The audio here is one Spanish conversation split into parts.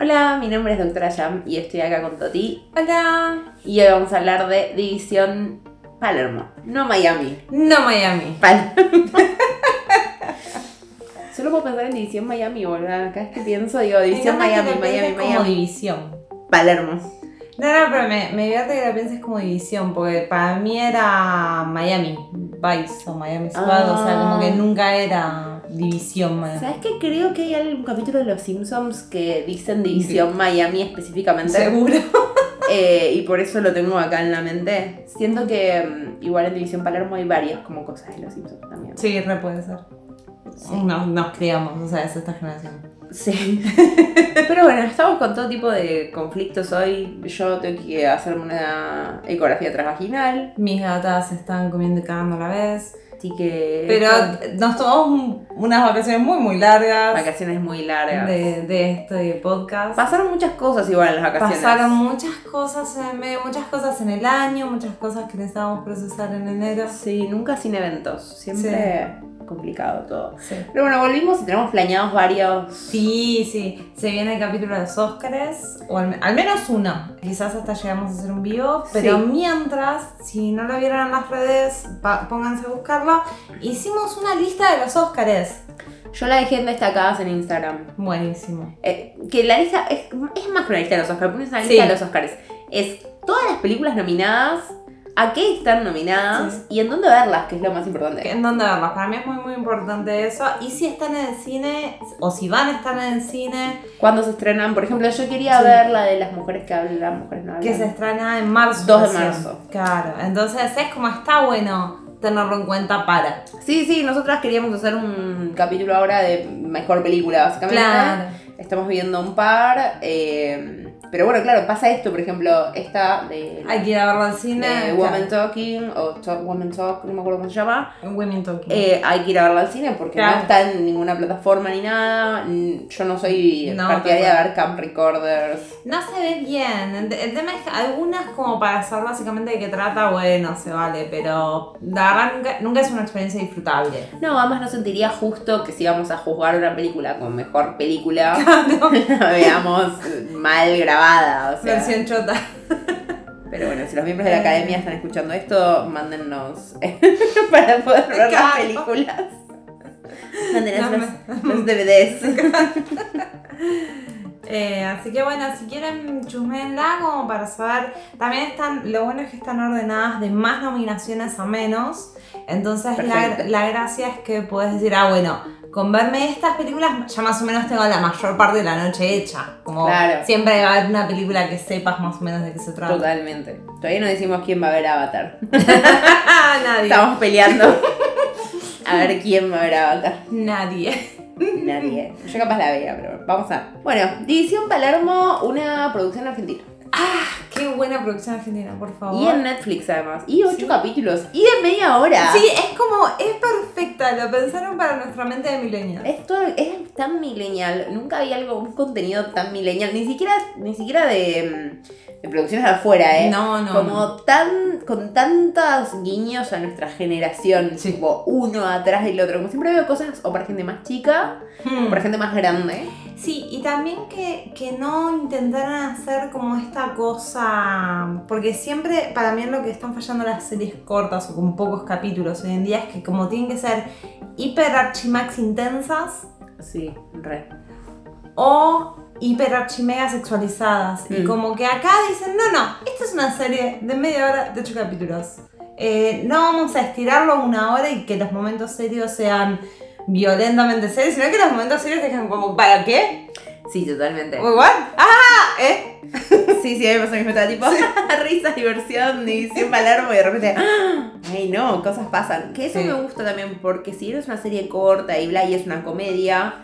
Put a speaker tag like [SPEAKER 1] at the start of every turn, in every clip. [SPEAKER 1] Hola, mi nombre es Doctora Jam y estoy acá con Toti.
[SPEAKER 2] Hola.
[SPEAKER 1] Y hoy vamos a hablar de División Palermo, no Miami.
[SPEAKER 2] No Miami.
[SPEAKER 1] Palermo. Solo puedo pensar en División Miami, boludo. Cada vez que pienso digo División
[SPEAKER 2] Me encanta
[SPEAKER 1] Miami,
[SPEAKER 2] que lo
[SPEAKER 1] Miami,
[SPEAKER 2] pienses Como
[SPEAKER 1] Miami.
[SPEAKER 2] división.
[SPEAKER 1] Palermo.
[SPEAKER 2] No, no, pero me, me divierte que la pienses como división, porque para mí era Miami Vice o Miami Squad, o sea, como que nunca era división Miami.
[SPEAKER 1] Ah. ¿Sabes qué? Creo que hay algún capítulo de Los Simpsons que dicen División Miami específicamente.
[SPEAKER 2] Seguro.
[SPEAKER 1] Eh, y por eso lo tengo acá en la mente. Siento que mm, igual en División Palermo hay varias como cosas de Los Simpsons también.
[SPEAKER 2] Sí, re puede ser. Nos, nos criamos, o sea, es esta generación.
[SPEAKER 1] Sí. Pero bueno, estamos con todo tipo de conflictos hoy. Yo tengo que hacerme una ecografía transvaginal.
[SPEAKER 2] Mis gatas se están comiendo y cagando a la vez.
[SPEAKER 1] Así que.
[SPEAKER 2] Pero
[SPEAKER 1] estas
[SPEAKER 2] nos tomamos un- unas vacaciones muy, muy largas
[SPEAKER 1] Vacaciones muy largas.
[SPEAKER 2] de, de este podcast.
[SPEAKER 1] Pasaron muchas cosas igual en las vacaciones.
[SPEAKER 2] Pasaron muchas cosas en el medio, muchas cosas en el año, muchas cosas que necesitábamos procesar en enero.
[SPEAKER 1] Sí, nunca sin eventos. Siempre complicado todo.
[SPEAKER 2] Sí.
[SPEAKER 1] Pero bueno, volvimos y tenemos planeados varios.
[SPEAKER 2] Sí, sí, se viene el capítulo de los Óscares, o al, al menos uno. Quizás hasta llegamos a hacer un vivo, pero
[SPEAKER 1] Sí.
[SPEAKER 2] mientras, si no lo vieron en las redes, pa- pónganse a buscarlo. Hicimos una lista de los Óscares.
[SPEAKER 1] Yo la dejé en destacadas en Instagram.
[SPEAKER 2] Buenísimo.
[SPEAKER 1] Eh, que la lista es, es más que una lista de los Oscars, porque es una lista
[SPEAKER 2] Sí.
[SPEAKER 1] de los Oscars. Es todas las películas nominadas, a qué están nominadas
[SPEAKER 2] Sí.
[SPEAKER 1] y en dónde verlas, que es lo más importante.
[SPEAKER 2] ¿En dónde verlas? Para mí es muy, muy importante eso. Y si están en el cine, o si van a estar en el cine,
[SPEAKER 1] Cuando se estrenan, por ejemplo, yo quería
[SPEAKER 2] Sí.
[SPEAKER 1] ver la de las mujeres que hablan, las mujeres no hablan.
[SPEAKER 2] que se estrena en marzo.
[SPEAKER 1] 2 de
[SPEAKER 2] recién.
[SPEAKER 1] marzo.
[SPEAKER 2] Claro, entonces es como está bueno tenerlo en cuenta para.
[SPEAKER 1] Sí, sí, nosotras queríamos hacer un capítulo ahora de mejor película, básicamente. Estamos viendo un par. eh, pero bueno, claro, pasa esto, por ejemplo, esta de,
[SPEAKER 2] Hay que ir a verlo al
[SPEAKER 1] de
[SPEAKER 2] cine.
[SPEAKER 1] Woman Talking o Talk, Woman Talk, no me acuerdo cómo se llama.
[SPEAKER 2] Claro. Women Talking.
[SPEAKER 1] Eh, hay que ir a verla al cine porque
[SPEAKER 2] Claro.
[SPEAKER 1] no está en ninguna plataforma ni nada. Mm, Yo no soy
[SPEAKER 2] No,
[SPEAKER 1] partidaria de
[SPEAKER 2] tal cual.
[SPEAKER 1] ver Camp Recorders.
[SPEAKER 2] No se ve bien. El el tema es que algunas como para saber básicamente de qué trata, bueno, se vale, pero la verdad nunca, nunca es una experiencia disfrutable.
[SPEAKER 1] No, además no sentiría justo que si vamos a juzgar una película con mejor película, la veamos mal grabada. O sea.
[SPEAKER 2] Versión chota.
[SPEAKER 1] Pero bueno, si los miembros de la academia están escuchando esto, mándennos para poder ver las
[SPEAKER 2] Claro.
[SPEAKER 1] películas. Mándenos
[SPEAKER 2] No
[SPEAKER 1] los, los DVDs.
[SPEAKER 2] Eh, así que bueno, si quieren chusmenla como para saber, también están, lo bueno es que están ordenadas de más nominaciones a menos, entonces la,
[SPEAKER 1] Perfecto.
[SPEAKER 2] la gracia es que puedes decir, ah bueno, con verme estas películas ya más o menos tengo la mayor parte de la noche hecha, como
[SPEAKER 1] Claro.
[SPEAKER 2] siempre va a haber una película que sepas más o menos de qué se trata.
[SPEAKER 1] Totalmente. Todavía no decimos quién va a ver Avatar.
[SPEAKER 2] Ah, nadie.
[SPEAKER 1] Estamos peleando. A ver quién va a ver Avatar.
[SPEAKER 2] Nadie.
[SPEAKER 1] Nadie. Yo capaz la vea, pero vamos a. Bueno, División Palermo, una producción argentina.
[SPEAKER 2] Qué buena producción argentina, por favor.
[SPEAKER 1] Y en Netflix además. Y ocho capítulos. Y de media hora.
[SPEAKER 2] Sí, es como, es perfecta, lo pensaron para nuestra mente de milenial.
[SPEAKER 1] Esto es tan millennial. Nunca había algo, un contenido tan millennial. Ni siquiera, ni siquiera de, mm, de producciones de afuera, ¿eh?
[SPEAKER 2] No, no.
[SPEAKER 1] Como tan. con tantos guiños a nuestra generación.
[SPEAKER 2] Sí.
[SPEAKER 1] Tipo, uno atrás del otro. Como siempre veo cosas o para gente más chica,
[SPEAKER 2] Hmm.
[SPEAKER 1] o para gente más grande.
[SPEAKER 2] Sí, y también que, que no intentaran hacer como esta cosa, porque siempre para mí es lo que están fallando las series cortas o con pocos capítulos hoy en día es que como tienen que ser hiper archimax intensas
[SPEAKER 1] Sí, re.
[SPEAKER 2] o hiper archimega sexualizadas. Y
[SPEAKER 1] Mm.
[SPEAKER 2] como que acá dicen, no, no, esta es una serie de media hora de ocho capítulos. Eh, no vamos a estirarlo a una hora y que los momentos serios sean violentamente serios, sino que los momentos serios dejan como, ¿para qué?
[SPEAKER 1] Sí, totalmente.
[SPEAKER 2] ¿What? ¡Ah! ¿Eh?
[SPEAKER 1] Oh, Sí, sí, a mí me pasó mismo, estaba tipo, risas, diversión, división, Palermo, y de repente, ¡ah! ay no, cosas pasan. Que eso
[SPEAKER 2] Sí.
[SPEAKER 1] me gusta también, porque si eres una serie corta y bla, y es una comedia,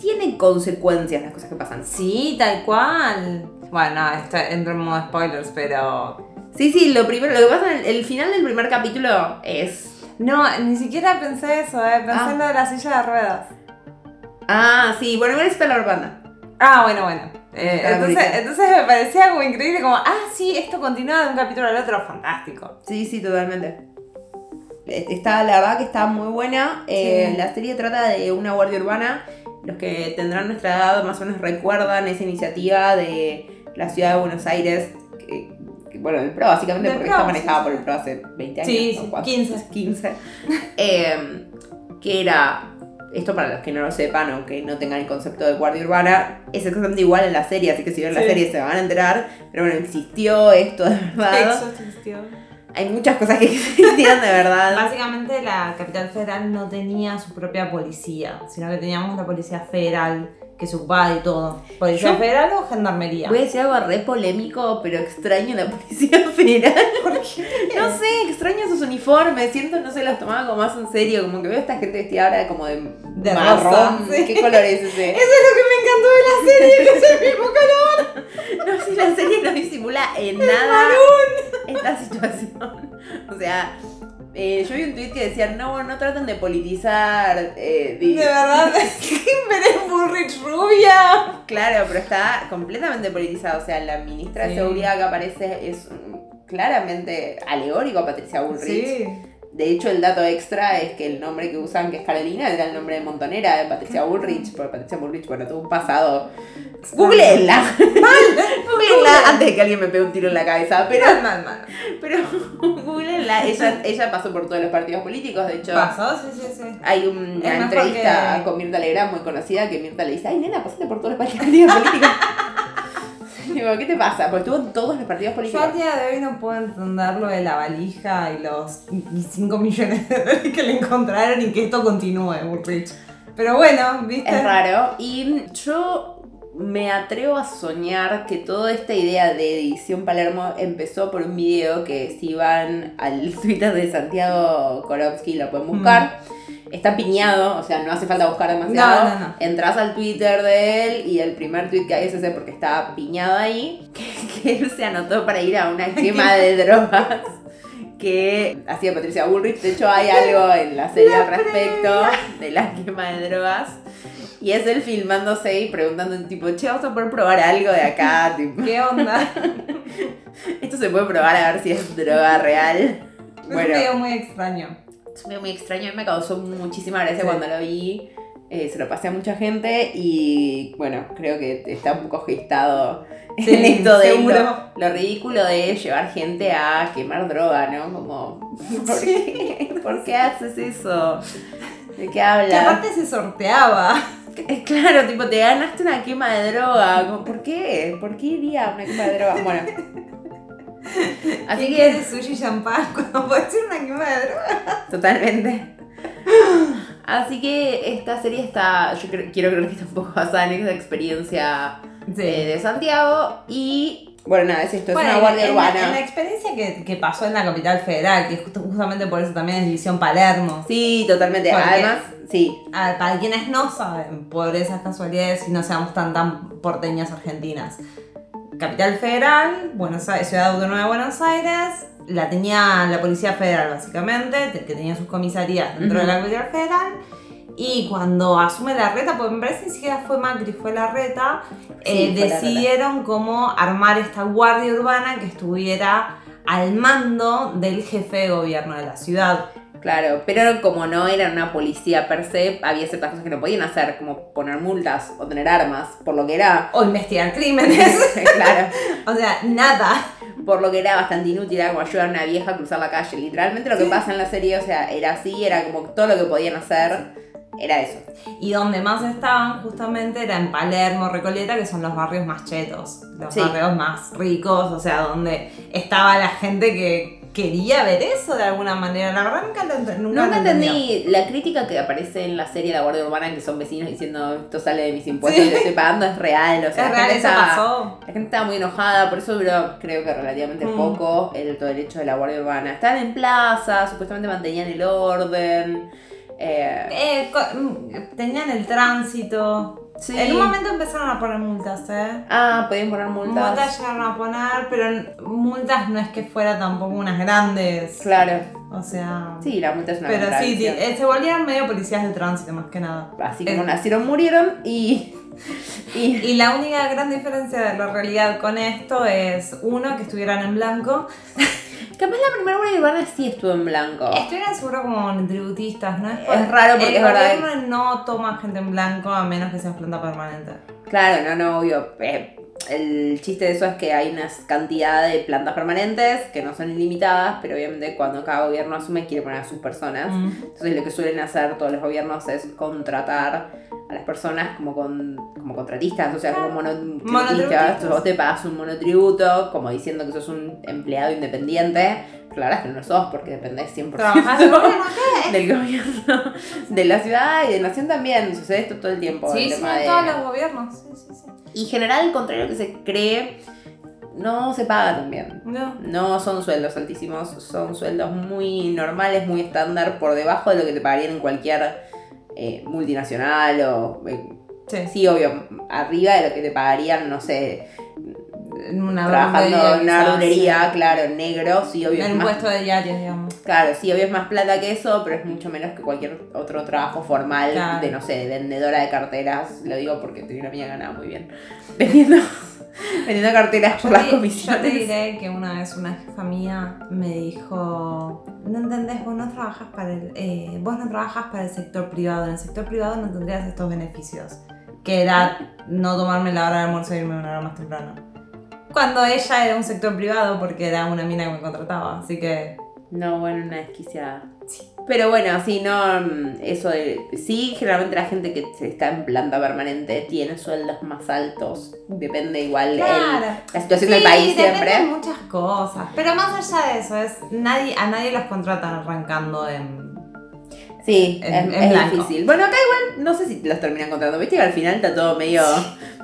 [SPEAKER 1] tienen consecuencias las cosas que pasan.
[SPEAKER 2] Sí, tal cual. Bueno, está, entro en modo spoilers, pero.
[SPEAKER 1] Sí, sí, lo primero, lo que pasa en el, el final del primer capítulo es...
[SPEAKER 2] No, ni siquiera pensé eso, eh. Pensé
[SPEAKER 1] Ah.
[SPEAKER 2] en lo de la silla de ruedas.
[SPEAKER 1] Ah, sí, bueno, igual está la banda.
[SPEAKER 2] Ah, bueno, bueno. Eh,
[SPEAKER 1] Está
[SPEAKER 2] entonces,
[SPEAKER 1] bonito.
[SPEAKER 2] entonces me parecía como increíble, como, ah, sí, esto continúa de un capítulo al otro, fantástico.
[SPEAKER 1] Sí, sí, totalmente. Está, la verdad que está muy buena. Eh,
[SPEAKER 2] Sí.
[SPEAKER 1] La serie trata de una guardia urbana los que tendrán nuestra edad más o menos recuerdan esa iniciativa de la ciudad de Buenos Aires, que- que, bueno, el PRO básicamente,
[SPEAKER 2] Del
[SPEAKER 1] porque
[SPEAKER 2] PRO,
[SPEAKER 1] está manejada
[SPEAKER 2] sí, sí.
[SPEAKER 1] por el PRO hace 20 años.
[SPEAKER 2] Sí,
[SPEAKER 1] o
[SPEAKER 2] sí,
[SPEAKER 1] cuánto,
[SPEAKER 2] 15.
[SPEAKER 1] 15. eh, que era, esto para los que no lo sepan o que no tengan el concepto de guardia urbana, es exactamente igual en la serie, así que si ven la
[SPEAKER 2] Sí.
[SPEAKER 1] serie se van a enterar, pero bueno, existió esto de verdad.
[SPEAKER 2] Eso existió.
[SPEAKER 1] Hay muchas cosas que existían de verdad.
[SPEAKER 2] Básicamente la capital federal no tenía su propia policía, sino que teníamos la policía federal que se ocupaba de todo. ¿Policía
[SPEAKER 1] Yo-
[SPEAKER 2] federal o gendarmería?
[SPEAKER 1] Voy a decir algo re polémico, pero extraño la policía federal. No sé, extraño sus uniformes. Siento, no sé, los tomaba como más en serio. Como que veo a esta gente vestida ahora como de,
[SPEAKER 2] De
[SPEAKER 1] marrón.
[SPEAKER 2] rosa, sí.
[SPEAKER 1] ¿Qué color es ese?
[SPEAKER 2] Eso es lo que me encantó de la serie, que es el mismo color.
[SPEAKER 1] No sé, la serie no disimula en nada esta situación. O sea, eh, yo vi un tweet que decía, no, no traten de politizar. eh, di-
[SPEAKER 2] De verdad, Belén Bullrich rubia.
[SPEAKER 1] Claro, pero está completamente politizado. O sea, la ministra
[SPEAKER 2] Sí.
[SPEAKER 1] de Seguridad que aparece es mm, claramente alegórico a Patricia Bullrich. De hecho, el dato extra es que el nombre que usan, que es Carolina, era el nombre de Montonera de Patricia Bullrich. Porque Patricia Bullrich, bueno, tuvo un pasado. Googleenla. Googleenla antes de que alguien me pegue un tiro en la cabeza. Pero,
[SPEAKER 2] Mal, mal, mal.
[SPEAKER 1] pero googleenla. Ella, ella pasó por todos los partidos políticos. De hecho,
[SPEAKER 2] ¿Pasó? Sí, sí, sí.
[SPEAKER 1] hay una
[SPEAKER 2] Es mejor
[SPEAKER 1] entrevista
[SPEAKER 2] que-
[SPEAKER 1] con Mirta Legrand muy conocida que Mirta le dice, ay nena, pasaste por todos los partidos políticos. Digo, ¿qué te pasa? Porque estuvo en todos los partidos
[SPEAKER 2] Yo
[SPEAKER 1] políticos.
[SPEAKER 2] al día de hoy no puedo entender lo de la valija y los 5 millones de dólares que le encontraron y que esto continúe, Bullrich. Pero bueno, ¿viste?
[SPEAKER 1] Es raro. Y yo me atrevo a soñar que toda esta idea de edición Palermo empezó por un video que si van al Twitter de Santiago Korowski lo pueden buscar. Está piñado, o sea, no hace falta buscar demasiado.
[SPEAKER 2] Mm. No, no, no.
[SPEAKER 1] Entrás al Twitter de él y el primer tweet que hay es ese porque está piñado ahí, que, que él se anotó para ir a una quema de drogas que hacía Patricia Bullrich. De hecho, hay algo en la serie al respecto de la quema de drogas. Y es él filmándose y preguntando, tipo, che, vamos a poder probar algo de acá. tipo,
[SPEAKER 2] ¿Qué onda?
[SPEAKER 1] Esto se puede probar a ver si es droga real.
[SPEAKER 2] Es un
[SPEAKER 1] Bueno,
[SPEAKER 2] video muy extraño.
[SPEAKER 1] es un video muy extraño. a mí Me causó muchísima gracia
[SPEAKER 2] Sí.
[SPEAKER 1] cuando lo vi. Eh, se lo pasé a mucha gente y, bueno, creo que está un poco gestado
[SPEAKER 2] Sí,
[SPEAKER 1] en esto de
[SPEAKER 2] seguro.
[SPEAKER 1] lo, lo ridículo de llevar gente a quemar droga, ¿no? Como, ¿por qué? ¿Por qué haces eso? ¿De qué hablas?
[SPEAKER 2] Que aparte se sorteaba.
[SPEAKER 1] Eh, Claro, tipo, te ganaste una quema de droga. Como, ¿Por qué? ¿Por qué iría a una quema de droga? Bueno. Así
[SPEAKER 2] ¿Qué
[SPEAKER 1] que,
[SPEAKER 2] quieres sushi y champán cuando puedes ir a una quema de droga?
[SPEAKER 1] totalmente. Así que esta serie está, yo creo- quiero creer que está un poco basada en esa experiencia eh, de Santiago. Y, bueno, nada, es esto, es
[SPEAKER 2] Bueno,
[SPEAKER 1] una guardia
[SPEAKER 2] en la-
[SPEAKER 1] urbana.
[SPEAKER 2] En la experiencia que, que pasó en la capital federal, que justo- justamente por eso también es División Palermo.
[SPEAKER 1] Sí, totalmente.
[SPEAKER 2] Porque-
[SPEAKER 1] Además, sí,
[SPEAKER 2] Ah, para quienes no saben, por esas casualidades y no seamos tan tan porteñas argentinas. Capital Federal, Buenos Aires, Ciudad Autónoma de Buenos Aires, la tenía la Policía Federal básicamente, te- que tenía sus comisarías dentro de la Capital Federal. Y cuando asume la reta, porque me parece que ni siquiera fue Macri, fue la reta, eh,
[SPEAKER 1] Sí, fue Larreta.
[SPEAKER 2] decidieron cómo armar esta guardia urbana que estuviera al mando del jefe de gobierno de la ciudad.
[SPEAKER 1] Claro, pero como no era una policía per se, había ciertas cosas que no podían hacer, como poner multas o tener armas, por lo que era.
[SPEAKER 2] O investigar crímenes.
[SPEAKER 1] claro,
[SPEAKER 2] O sea, nada.
[SPEAKER 1] por lo que era bastante inútil, era como ayudar a una vieja a cruzar la calle. Literalmente lo que pasa en la serie, o sea, era así, era como todo lo que podían hacer, era eso.
[SPEAKER 2] Y donde más estaban justamente era en Palermo, Recoleta, que son los barrios más chetos, los
[SPEAKER 1] Sí.
[SPEAKER 2] barrios más ricos, o sea, donde estaba la gente que quería ver eso de alguna manera. La verdad nunca lo ent- nunca
[SPEAKER 1] Nunca
[SPEAKER 2] lo entendió.
[SPEAKER 1] entendí la crítica que aparece en la serie La Guardia Urbana, que son vecinos diciendo esto sale de mis impuestos
[SPEAKER 2] Sí.
[SPEAKER 1] y lo estoy pagando, es real. O
[SPEAKER 2] Es
[SPEAKER 1] sea, la
[SPEAKER 2] real,
[SPEAKER 1] gente
[SPEAKER 2] eso
[SPEAKER 1] estaba-
[SPEAKER 2] pasó.
[SPEAKER 1] La gente estaba muy enojada, por eso duró, creo que relativamente
[SPEAKER 2] Mm.
[SPEAKER 1] poco, el, todo el hecho de la guardia urbana. Estaban en plaza, supuestamente mantenían el orden. eh,
[SPEAKER 2] Eh, co- mm, tenían el tránsito.
[SPEAKER 1] sí.
[SPEAKER 2] En un momento empezaron a poner multas, ¿eh?
[SPEAKER 1] Ah, podían poner multas.
[SPEAKER 2] Multas. llegaron a poner, pero n- multas no es que fuera tampoco unas grandes.
[SPEAKER 1] Claro.
[SPEAKER 2] O sea.
[SPEAKER 1] Sí, la multa es una
[SPEAKER 2] Pero sí, sí,
[SPEAKER 1] contradicción.
[SPEAKER 2] eh, se volvieron medio policías de tránsito más que nada.
[SPEAKER 1] Así
[SPEAKER 2] eh.
[SPEAKER 1] como nacieron, murieron y. y
[SPEAKER 2] Y la única gran diferencia de la realidad con esto es, uno, que estuvieran en blanco
[SPEAKER 1] Capaz la primera Buena Bird sí estuvo en blanco.
[SPEAKER 2] Estuvieron seguro como tributistas, ¿no?
[SPEAKER 1] Es raro porque
[SPEAKER 2] el
[SPEAKER 1] es verdad.
[SPEAKER 2] gobierno no toma gente en blanco a menos que sea planta permanente.
[SPEAKER 1] Claro, no, no, obvio. eh, el chiste de eso es que hay una cantidad de plantas permanentes que no son ilimitadas, pero obviamente cuando cada gobierno asume quiere poner a sus personas.
[SPEAKER 2] Mm.
[SPEAKER 1] Entonces lo que suelen hacer todos los gobiernos es contratar a las personas como con como contratistas, o sea, como monotributistas.
[SPEAKER 2] Monotributistas.
[SPEAKER 1] Entonces, vos te pagas un monotributo, como diciendo que sos un empleado independiente, pero la verdad es que no lo sos porque dependés 100%
[SPEAKER 2] Trabajás en un gobierno, ¿qué?
[SPEAKER 1] del gobierno de la ciudad y de nación también. Sucede esto todo el tiempo. el
[SPEAKER 2] Sí, sí,
[SPEAKER 1] tema de-
[SPEAKER 2] en todos los gobiernos. Sí, sí, sí.
[SPEAKER 1] Y general, contrario a lo que se cree, no se paga tan bien.
[SPEAKER 2] No.
[SPEAKER 1] No son sueldos altísimos, son sueldos muy normales, muy estándar, por debajo de lo que te pagarían en cualquier eh, multinacional o... eh,
[SPEAKER 2] Sí,
[SPEAKER 1] sí, obvio, arriba de lo que te pagarían, no sé,
[SPEAKER 2] en una
[SPEAKER 1] trabajando
[SPEAKER 2] verdulería,
[SPEAKER 1] en una
[SPEAKER 2] quizás,
[SPEAKER 1] verdulería, claro, en negro, sí,
[SPEAKER 2] sí.
[SPEAKER 1] obvio.
[SPEAKER 2] En
[SPEAKER 1] es
[SPEAKER 2] un
[SPEAKER 1] más-
[SPEAKER 2] puesto de diarios, digamos.
[SPEAKER 1] Claro, sí, obvio es más plata que eso, pero es mucho menos que cualquier otro trabajo formal
[SPEAKER 2] Claro.
[SPEAKER 1] de, no sé, de vendedora de carteras. Lo digo porque tenía una amiga que ganaba muy bien. Vendiendo, vendiendo carteras
[SPEAKER 2] Yo
[SPEAKER 1] por las
[SPEAKER 2] te-
[SPEAKER 1] comisiones.
[SPEAKER 2] Yo te diré que una vez una jefa mía me dijo, no entendés, vos no trabajas para el, eh, vos no trabajas para el sector privado, en el sector privado no tendrías estos beneficios, que era no tomarme la hora de almuerzo y irme una hora más temprano. Cuando ella era un sector privado porque era una mina que me contrataba, así que
[SPEAKER 1] No, bueno, una desquiciada.
[SPEAKER 2] Sí.
[SPEAKER 1] Pero bueno, sí, no, mm, eso de, sí, generalmente la gente que se está en planta permanente tiene sueldos más altos, depende igual el- la situación del país
[SPEAKER 2] depende
[SPEAKER 1] siempre.
[SPEAKER 2] de muchas cosas. Pero más allá de eso, es nadie, a nadie los contratan arrancando en.
[SPEAKER 1] Sí,
[SPEAKER 2] En-
[SPEAKER 1] es,
[SPEAKER 2] en
[SPEAKER 1] es
[SPEAKER 2] blanco.
[SPEAKER 1] difícil. Bueno, acá igual no sé si los terminan contando. Viste que al final está todo medio.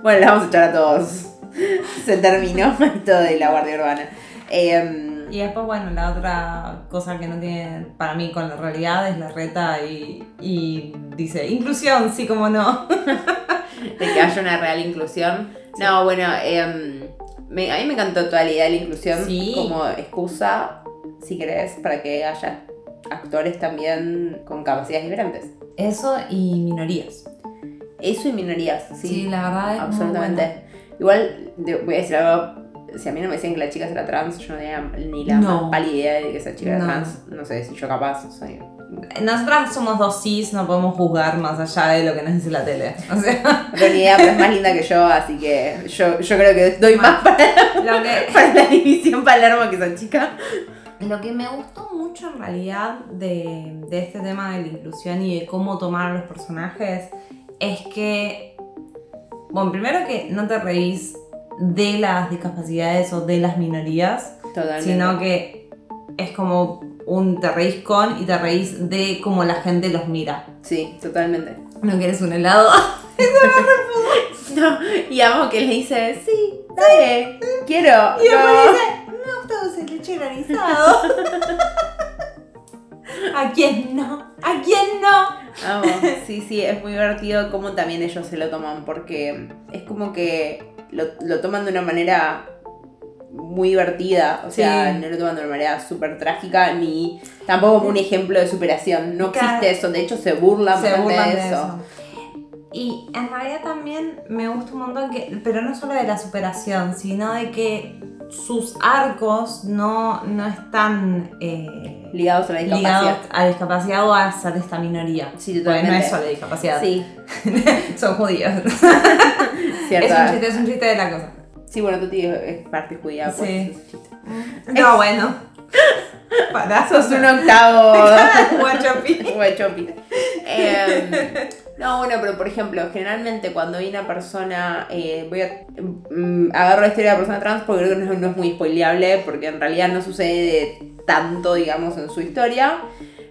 [SPEAKER 1] Bueno, la vamos a echar a todos. Se terminó esto de la Guardia Urbana. Em,
[SPEAKER 2] Y después, bueno, la otra cosa que no tiene para mí con la realidad es la reta y, y dice, inclusión, sí como no.
[SPEAKER 1] de que haya una real inclusión. No, bueno, em, me- a mí me encantó toda la idea de la inclusión
[SPEAKER 2] Sí.
[SPEAKER 1] como excusa, si querés, para que haya actores también con capacidades diferentes.
[SPEAKER 2] Eso y minorías.
[SPEAKER 1] Eso y minorías, sí.
[SPEAKER 2] la verdad es
[SPEAKER 1] Absolutamente. Igual, de- voy a decir algo. Si a mí no me decían que la chica era trans, yo no tenía ni la
[SPEAKER 2] No.
[SPEAKER 1] más pálida idea de que esa chica era
[SPEAKER 2] No.
[SPEAKER 1] trans. No sé si yo capaz soy.
[SPEAKER 2] Nosotras somos dos cis, no podemos juzgar más allá de lo que nos dice la tele. O sea,
[SPEAKER 1] No tengo ni idea, pero es más linda que yo, así que yo, yo creo que doy más para,
[SPEAKER 2] lo que,
[SPEAKER 1] para la división Palermo que esa chica.
[SPEAKER 2] Lo que me gustó mucho en realidad de, de este tema de la inclusión y de cómo tomar a los personajes es que, bueno, primero que no te reís de las discapacidades o de las minorías,
[SPEAKER 1] Totalmente.
[SPEAKER 2] sino que es como un te reís con y te reís de cómo la gente los mira.
[SPEAKER 1] Sí, totalmente.
[SPEAKER 2] ¿No quieres un helado?
[SPEAKER 1] No, y amo que le dice, sí, dale, quiero.
[SPEAKER 2] Y después
[SPEAKER 1] no".
[SPEAKER 2] dice, me gusta dulce de leche granizado. ¿A quién no? ¿A quién no?
[SPEAKER 1] Amo. Sí, sí, es muy divertido cómo también ellos se lo toman, porque es como que lo, lo toman de una manera muy divertida, o sea,
[SPEAKER 2] Sí.
[SPEAKER 1] no lo toman de una manera súper trágica, ni tampoco como un ejemplo de superación, no existe
[SPEAKER 2] Claro.
[SPEAKER 1] eso, de hecho se burlan,
[SPEAKER 2] se
[SPEAKER 1] bastante
[SPEAKER 2] burlan de
[SPEAKER 1] de eso.
[SPEAKER 2] eso. Y en realidad también me gusta un montón que, pero no solo de la superación, sino de que sus arcos no, no están eh,
[SPEAKER 1] Ligados a la discapacidad.
[SPEAKER 2] ligados a discapacidad o a ser de esta minoría.
[SPEAKER 1] Sí,
[SPEAKER 2] Porque no
[SPEAKER 1] totalmente.
[SPEAKER 2] es solo discapacidad,
[SPEAKER 1] Sí,
[SPEAKER 2] son judíos. es
[SPEAKER 1] cierto.
[SPEAKER 2] un chiste, es un chiste de la cosa.
[SPEAKER 1] Sí, bueno, tú es parte judía, pues.
[SPEAKER 2] Sí.
[SPEAKER 1] Mm. es un chiste.
[SPEAKER 2] No, bueno. Para
[SPEAKER 1] Sos un octavo.
[SPEAKER 2] guachopi.
[SPEAKER 1] Bueno, chompita. Eh, no, bueno, pero por ejemplo, generalmente cuando hay una persona, eh, voy a mm, agarro la historia de la persona trans porque creo que no, es- no es muy spoileable, porque en realidad no sucede tanto, digamos, en su historia.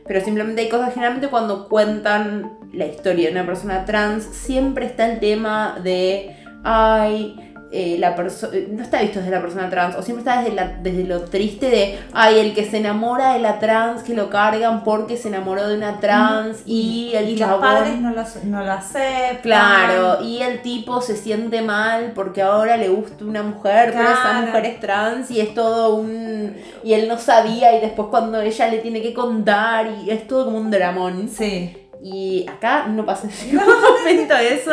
[SPEAKER 1] Pero simplemente hay cosas, generalmente cuando cuentan la historia de una persona trans, siempre está el tema de, ay, eh, la perso- eh, no está visto desde la persona trans, o siempre está desde, la- desde lo triste de, ay, el que se enamora de la trans, que lo cargan porque se enamoró de una trans y el
[SPEAKER 2] Mm, y los
[SPEAKER 1] chabón-
[SPEAKER 2] padres no, los, no lo aceptan.
[SPEAKER 1] Claro, y el tipo se siente mal porque ahora le gusta una mujer, pero esa
[SPEAKER 2] Claro.
[SPEAKER 1] mujer es trans y es todo un... Y él no sabía y después cuando ella le tiene que contar y es todo como un dramón.
[SPEAKER 2] Sí.
[SPEAKER 1] Y acá no pasa en ningún momento eso.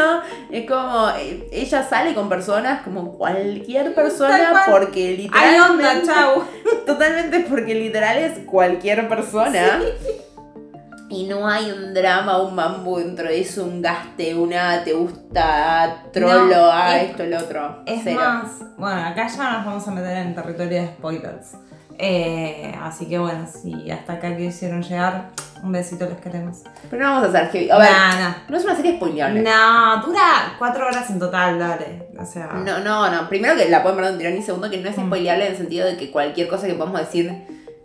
[SPEAKER 1] Es como, eh, ella sale con personas como cualquier persona
[SPEAKER 2] Tal cual.
[SPEAKER 1] porque
[SPEAKER 2] Hay onda,
[SPEAKER 1] literalmente...
[SPEAKER 2] chau.
[SPEAKER 1] Totalmente porque literal es cualquier persona. Y no hay un drama, un mambo dentro de eso, un gaste, una te gusta, trolo,
[SPEAKER 2] No,
[SPEAKER 1] ah,
[SPEAKER 2] es-
[SPEAKER 1] esto, el otro.
[SPEAKER 2] Es
[SPEAKER 1] Cero.
[SPEAKER 2] más, bueno, acá ya nos vamos a meter en territorio de spoilers. Eh, así que bueno, si hasta acá quisieron llegar, un besito les queremos.
[SPEAKER 1] Pero no vamos a hacer heavy. A ver,
[SPEAKER 2] Nah,
[SPEAKER 1] no es una serie
[SPEAKER 2] nah.
[SPEAKER 1] spoileable.
[SPEAKER 2] No, dura cuatro horas en total, dale. O sea,
[SPEAKER 1] No, no, no. Primero que la pueden ver de un tirón y segundo que no es
[SPEAKER 2] Ah. Mm.
[SPEAKER 1] spoileable en el sentido de que cualquier cosa que podamos decir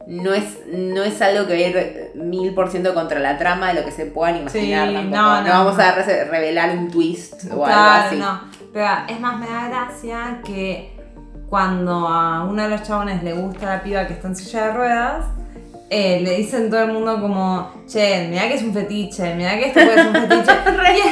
[SPEAKER 1] no es, no es algo que va a ir mil por ciento contra la trama de lo que se puedan imaginar
[SPEAKER 2] Sí,
[SPEAKER 1] tampoco.
[SPEAKER 2] no,
[SPEAKER 1] No,
[SPEAKER 2] no,
[SPEAKER 1] vamos
[SPEAKER 2] no.
[SPEAKER 1] a re- revelar un twist o algo
[SPEAKER 2] claro,
[SPEAKER 1] así.
[SPEAKER 2] no. Pero es más, me da gracia que cuando a uno de los chabones le gusta la piba que está en silla de ruedas, eh, le dicen todo el mundo como, che, mirá que es un fetiche, mirá que esto es un fetiche.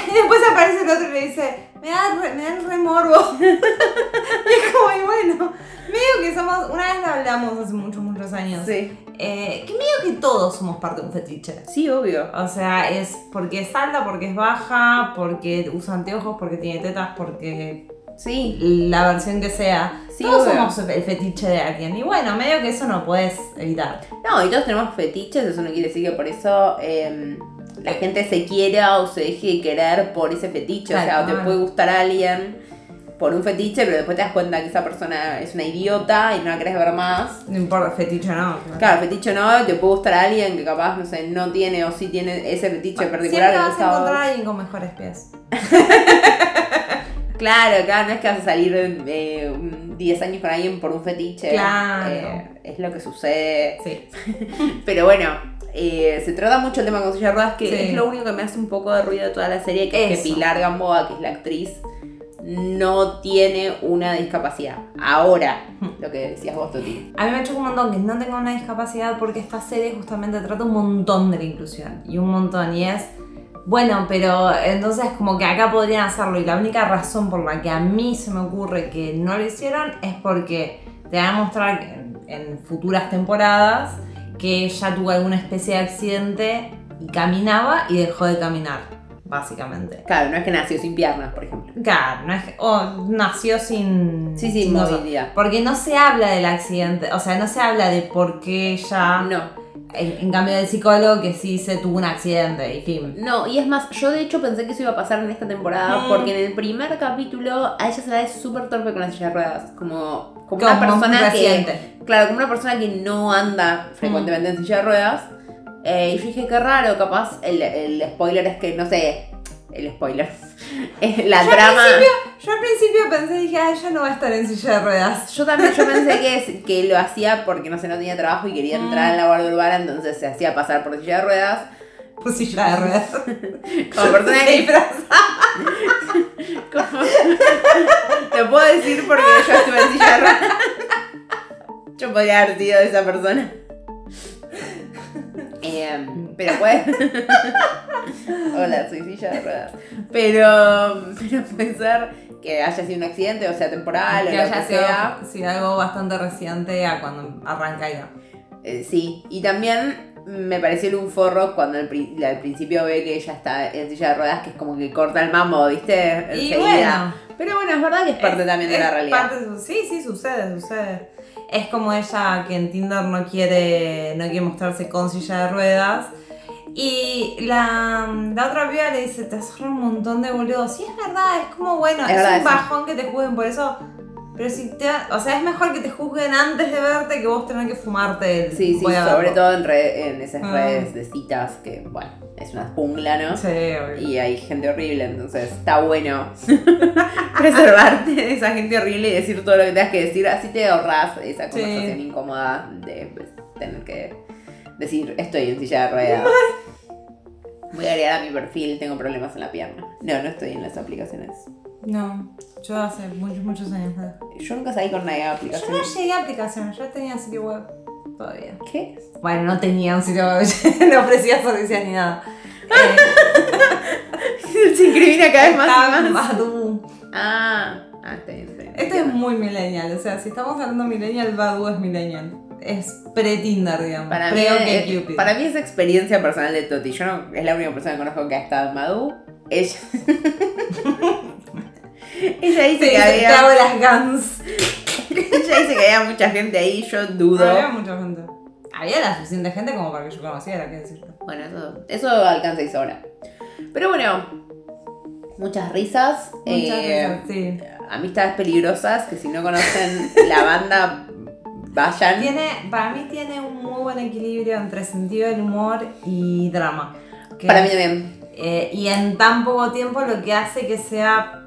[SPEAKER 2] y después aparece el otro y le dice, me da, re- me da el remorbo. y es como, y bueno, medio que somos, una vez lo hablamos hace muchos, muchos años,
[SPEAKER 1] Sí.
[SPEAKER 2] eh, que medio que todos somos parte de un fetiche.
[SPEAKER 1] Sí, obvio.
[SPEAKER 2] O sea, es porque es alta, porque es baja, porque usa anteojos, porque tiene tetas, porque
[SPEAKER 1] Sí.
[SPEAKER 2] la versión que sea.
[SPEAKER 1] Sí,
[SPEAKER 2] Todos
[SPEAKER 1] obvio.
[SPEAKER 2] somos el fetiche de alguien. Y bueno, medio que eso no puedes evitar.
[SPEAKER 1] No, y todos tenemos fetiches, eso no quiere decir que por eso em, la gente se quiera o se deje de querer por ese fetiche.
[SPEAKER 2] Tal
[SPEAKER 1] o sea, o
[SPEAKER 2] cual.
[SPEAKER 1] te puede gustar alguien por un fetiche, pero después te das cuenta que esa persona es una idiota y no la querés ver más.
[SPEAKER 2] No importa, fetiche o no.
[SPEAKER 1] Claro, fetiche no, te puede gustar alguien que capaz, no sé, no tiene o sí tiene ese fetiche particular.
[SPEAKER 2] Ah, Siempre
[SPEAKER 1] que
[SPEAKER 2] vas a
[SPEAKER 1] gusta a vos.
[SPEAKER 2] encontrar a alguien con mejores pies.
[SPEAKER 1] Claro, claro, no es que vas a salir eh, un 10 años con alguien por un fetiche.
[SPEAKER 2] Claro.
[SPEAKER 1] Eh, es lo que sucede.
[SPEAKER 2] Sí.
[SPEAKER 1] Pero bueno, eh, se trata mucho el tema con silla de ruedas, que
[SPEAKER 2] Sí.
[SPEAKER 1] es lo único que me hace un poco de ruido de toda la serie, que es
[SPEAKER 2] Eso.
[SPEAKER 1] que Pilar Gamboa, que es la actriz, no tiene una discapacidad. Ahora, lo que decías vos, Toti.
[SPEAKER 2] A mí me choca un montón que no tenga una discapacidad porque esta serie justamente trata un montón de la inclusión. Y un montón. Y es, bueno, pero entonces como que acá podrían hacerlo. Y la única razón por la que a mí se me ocurre que no lo hicieron es porque te van a mostrar que en, en futuras temporadas que ella tuvo alguna especie de accidente y caminaba y dejó de caminar, básicamente.
[SPEAKER 1] Claro, no es que nació sin piernas, por ejemplo.
[SPEAKER 2] Claro, no es que- o nació sin...
[SPEAKER 1] Sí, sí,
[SPEAKER 2] sin cosa.
[SPEAKER 1] movilidad.
[SPEAKER 2] Porque no se habla del accidente, o sea, no se habla de por qué ella.
[SPEAKER 1] No,
[SPEAKER 2] En, en cambio, del psicólogo que sí se tuvo un accidente, y fin.
[SPEAKER 1] no, y es más, yo de hecho pensé que eso iba a pasar en esta temporada,
[SPEAKER 2] Mm.
[SPEAKER 1] porque en el primer capítulo a ella se la es súper torpe con la silla de ruedas, como, como
[SPEAKER 2] Como
[SPEAKER 1] una persona que,
[SPEAKER 2] reciente. Mm.
[SPEAKER 1] Claro, como una persona que no anda frecuentemente en silla de ruedas. Eh, y yo dije, qué raro, capaz el, el spoiler es que, no sé, el spoiler. Eh, La
[SPEAKER 2] Yo al
[SPEAKER 1] trama.
[SPEAKER 2] Yo al principio pensé, dije, ah, ella no va a estar en silla de ruedas.
[SPEAKER 1] Yo también yo pensé que, es- que lo hacía porque, no sé, no tenía trabajo y quería entrar en
[SPEAKER 2] Mm.
[SPEAKER 1] la guardia urbana, entonces se hacía pasar por silla de ruedas.
[SPEAKER 2] Por pues silla de ruedas.
[SPEAKER 1] Como persona
[SPEAKER 2] Se
[SPEAKER 1] que-
[SPEAKER 2] disfrazó.
[SPEAKER 1] como- Te puedo decir porque yo estuve en silla de ruedas. Yo podría haber sido esa persona. Em, pero puede. Hola, soy silla de ruedas. Pero, pero puede ser que haya sido un accidente, o sea, temporal o
[SPEAKER 2] Que
[SPEAKER 1] Ah, lo
[SPEAKER 2] haya
[SPEAKER 1] que
[SPEAKER 2] sido
[SPEAKER 1] sea.
[SPEAKER 2] sí, algo bastante reciente a cuando arranca ella.
[SPEAKER 1] Eh, sí, y también me pareció un forro cuando al, pri- al principio ve que ella está en silla de ruedas, que es como que corta el mambo, ¿viste?
[SPEAKER 2] Y
[SPEAKER 1] Enseguida.
[SPEAKER 2] bueno.
[SPEAKER 1] Pero bueno, es verdad que es parte también de
[SPEAKER 2] Es
[SPEAKER 1] la realidad.
[SPEAKER 2] parte de su- sí, sí, sucede, sucede. Es como ella que en Tinder no quiere, no quiere mostrarse con silla de ruedas. Y la, la otra piba le dice, te has ahorrado un montón de boludos. Sí, es verdad, es como bueno,
[SPEAKER 1] Es
[SPEAKER 2] es,
[SPEAKER 1] verdad
[SPEAKER 2] un
[SPEAKER 1] eso.
[SPEAKER 2] bajón que te juzguen por eso. Pero si te, o sea, es mejor que te juzguen antes de verte que vos tener que fumarte el
[SPEAKER 1] Sí, sí,
[SPEAKER 2] voy a
[SPEAKER 1] sobre
[SPEAKER 2] verlo.
[SPEAKER 1] todo en, re- en esas
[SPEAKER 2] Ah.
[SPEAKER 1] redes de citas que, bueno, es una jungla, ¿no?
[SPEAKER 2] Sí, obvio.
[SPEAKER 1] Y hay gente horrible, entonces está bueno preservarte de esa gente horrible y decir todo lo que tengas que decir, así te ahorras esa
[SPEAKER 2] Sí.
[SPEAKER 1] conversación incómoda de pues, tener que decir estoy en silla de ruedas. Voy a agregar a mi perfil, tengo problemas en la pierna. No, no estoy en las aplicaciones.
[SPEAKER 2] No, yo hace muchos, muchos años. ¿verdad?
[SPEAKER 1] Yo nunca salí con nadie de
[SPEAKER 2] Yo no
[SPEAKER 1] aplicaciones.
[SPEAKER 2] llegué a aplicaciones, yo tenía sitio web todavía.
[SPEAKER 1] ¿Qué?
[SPEAKER 2] Bueno, no tenía un sitio web, no ofrecía servicios ni nada. Eh,
[SPEAKER 1] Se incrimina cada vez más
[SPEAKER 2] estaba
[SPEAKER 1] y
[SPEAKER 2] en
[SPEAKER 1] más.
[SPEAKER 2] Badoo.
[SPEAKER 1] Ah, ah, está bien, está bien.
[SPEAKER 2] Esto es muy millennial, o sea, si estamos hablando millennial, Badu es millennial. Es pre-Tinder, digamos.
[SPEAKER 1] Para mí,
[SPEAKER 2] pre
[SPEAKER 1] es,
[SPEAKER 2] OkCupid.
[SPEAKER 1] para mí es experiencia personal de Toti. Yo no, es la única persona que conozco que ha estado en Madu. Ella. Ella dice
[SPEAKER 2] Sí,
[SPEAKER 1] que
[SPEAKER 2] te
[SPEAKER 1] había.
[SPEAKER 2] hago las gans.
[SPEAKER 1] Ella dice que había mucha gente ahí, yo
[SPEAKER 2] No
[SPEAKER 1] dudo.
[SPEAKER 2] había mucha gente. Había la suficiente gente como para que yo conociera, qué decir yo.
[SPEAKER 1] Bueno, eso, eso alcanza y sobra. Pero bueno, muchas risas.
[SPEAKER 2] Muchas
[SPEAKER 1] eh,
[SPEAKER 2] gracias, sí.
[SPEAKER 1] Amistades peligrosas que si no conocen la banda, vayan.
[SPEAKER 2] Tiene, para mí tiene un muy buen equilibrio entre sentido del humor y drama. que-
[SPEAKER 1] Para mí también.
[SPEAKER 2] eh, y en tan poco tiempo lo que hace que sea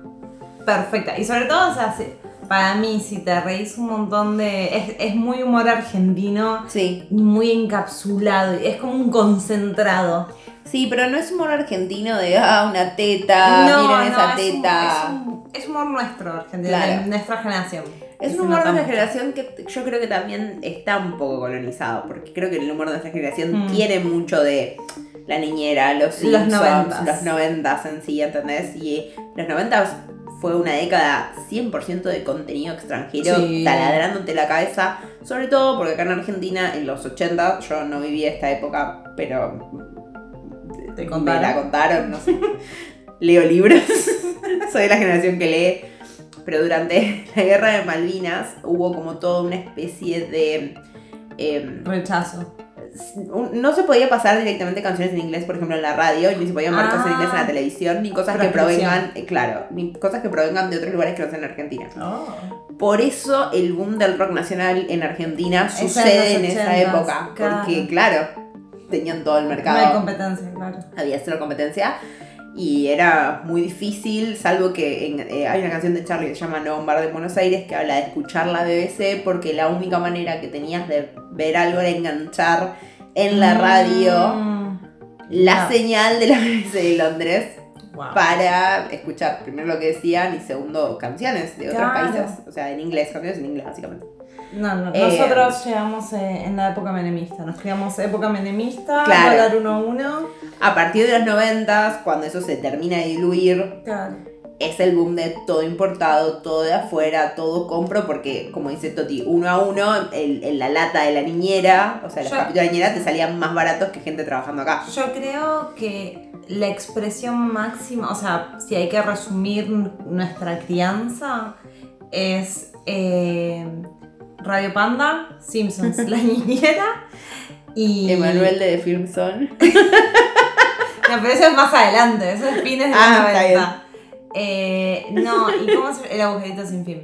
[SPEAKER 2] perfecta. Y sobre todo, o sea, si- para mí, si te reís un montón de... Es, es muy humor argentino,
[SPEAKER 1] Sí.
[SPEAKER 2] y muy encapsulado, y es como un concentrado.
[SPEAKER 1] Sí, pero no es humor argentino de, ah, una teta, miren esa
[SPEAKER 2] es un-
[SPEAKER 1] teta.
[SPEAKER 2] Es, un- es humor nuestro, argentino,
[SPEAKER 1] Claro.
[SPEAKER 2] de nuestra generación.
[SPEAKER 1] Es
[SPEAKER 2] Que
[SPEAKER 1] un
[SPEAKER 2] se
[SPEAKER 1] humor
[SPEAKER 2] nota
[SPEAKER 1] de nuestra
[SPEAKER 2] mucho.
[SPEAKER 1] generación que t- yo creo que también está un poco colonizado, porque creo que el humor de nuestra generación
[SPEAKER 2] Mm.
[SPEAKER 1] tiene mucho de la niñera, los
[SPEAKER 2] Los
[SPEAKER 1] Simpsons,
[SPEAKER 2] noventas.
[SPEAKER 1] los noventas en sí, ¿entendés? Y los noventas fue una década 100% de contenido extranjero,
[SPEAKER 2] Sí.
[SPEAKER 1] taladrándote la cabeza, sobre todo porque acá en Argentina, en los 80, yo no viví esta época, pero me
[SPEAKER 2] Te
[SPEAKER 1] la
[SPEAKER 2] contaron.
[SPEAKER 1] contaron, no sé. Leo libros. Soy de la generación que lee. Pero durante la guerra de Malvinas hubo como toda una especie de. em,
[SPEAKER 2] Rechazo.
[SPEAKER 1] un- no se podía pasar directamente canciones en inglés, por ejemplo, en la radio, ni se podían ver cosas en
[SPEAKER 2] Ah.
[SPEAKER 1] inglés en la televisión, ni cosas que
[SPEAKER 2] Prohibición.
[SPEAKER 1] provengan, eh, claro, ni cosas que provengan de otros lugares que no sean Argentina. Por eso el boom del rock nacional en Argentina
[SPEAKER 2] Es en
[SPEAKER 1] sucede en,
[SPEAKER 2] los
[SPEAKER 1] esa
[SPEAKER 2] 80s,
[SPEAKER 1] época, porque claro, tenían todo el
[SPEAKER 2] No hay
[SPEAKER 1] mercado
[SPEAKER 2] competencia, claro.
[SPEAKER 1] había cero competencia y era muy difícil, salvo que en- eh, hay una canción de Charlie que se llama No un bar de Buenos Aires que habla de escuchar la BBC porque la única manera que tenías de ver algo era enganchar en la radio
[SPEAKER 2] Mm,
[SPEAKER 1] la
[SPEAKER 2] no.
[SPEAKER 1] señal de la BBC de Londres
[SPEAKER 2] wow.
[SPEAKER 1] para escuchar primero lo que decían y segundo canciones de otros
[SPEAKER 2] Claro.
[SPEAKER 1] países, o sea, en inglés, canciones en inglés básicamente.
[SPEAKER 2] No, no,
[SPEAKER 1] Eh,
[SPEAKER 2] nosotros llegamos eh, en la época menemista, nos criamos época menemista,
[SPEAKER 1] Claro.
[SPEAKER 2] dólar 1-1.
[SPEAKER 1] A partir de los 90, cuando eso se termina de diluir,
[SPEAKER 2] Claro.
[SPEAKER 1] es el boom de todo importado, todo de afuera, todo compro, porque como dice Toti, uno a uno, el, el- la lata de la niñera, o sea, los
[SPEAKER 2] Yo-
[SPEAKER 1] capítulos de la niñera te salían más baratos que gente trabajando acá.
[SPEAKER 2] Yo creo que la expresión máxima, o sea, si hay que resumir nuestra crianza, es eh, Radio Panda, Simpsons, La Niñera y...
[SPEAKER 1] Emanuel de The Filmson.
[SPEAKER 2] No, pero eso es más adelante, eso es fines de
[SPEAKER 1] Ah,
[SPEAKER 2] la
[SPEAKER 1] está
[SPEAKER 2] 90. Eh, no, ¿y cómo se El agujerito sin fin.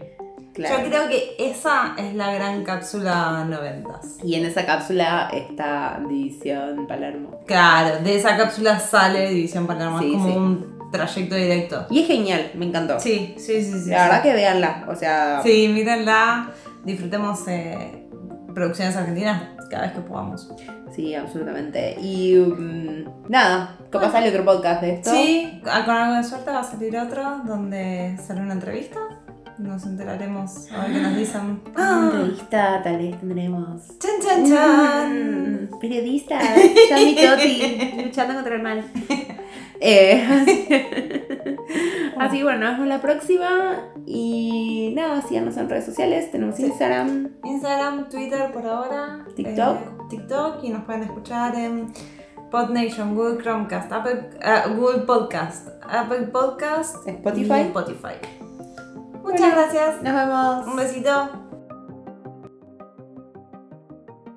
[SPEAKER 1] Claro.
[SPEAKER 2] Yo creo que esa es la gran cápsula noventas.
[SPEAKER 1] Y en esa cápsula está División Palermo.
[SPEAKER 2] Claro, de esa cápsula sale División Palermo,
[SPEAKER 1] Sí,
[SPEAKER 2] es como
[SPEAKER 1] sí.
[SPEAKER 2] un trayecto directo.
[SPEAKER 1] Y es genial, me encantó.
[SPEAKER 2] Sí, sí, sí, sí.
[SPEAKER 1] La verdad que véanla, o sea,
[SPEAKER 2] Sí, mírenla, disfrutemos eh, producciones argentinas cada vez que podamos.
[SPEAKER 1] sí, absolutamente. Y mm, nada, capaz sale otro podcast de esto.
[SPEAKER 2] Ah. Sí, a- con algo de suerte va a salir otro donde sale una entrevista. Nos enteraremos a ver qué nos dicen.
[SPEAKER 1] Una
[SPEAKER 2] ¡Ah!
[SPEAKER 1] entrevista tal vez tendremos.
[SPEAKER 2] ¡Chan, chan, chan!
[SPEAKER 1] Mm, Periodista, Sammy Totti, luchando contra el mal. Eh, así, así que bueno, nos vemos la próxima. Y nada, síganos en redes sociales. Tenemos
[SPEAKER 2] Sí.
[SPEAKER 1] Instagram,
[SPEAKER 2] Instagram, Twitter por ahora.
[SPEAKER 1] TikTok.
[SPEAKER 2] eh, TikTok y nos pueden escuchar en PodNation, Google Chromecast, Apple, ah, Google Podcast, Apple Podcast, y
[SPEAKER 1] Spotify.
[SPEAKER 2] Spotify. Muchas
[SPEAKER 1] Bueno.
[SPEAKER 2] gracias.
[SPEAKER 1] Nos vemos.
[SPEAKER 2] Un besito.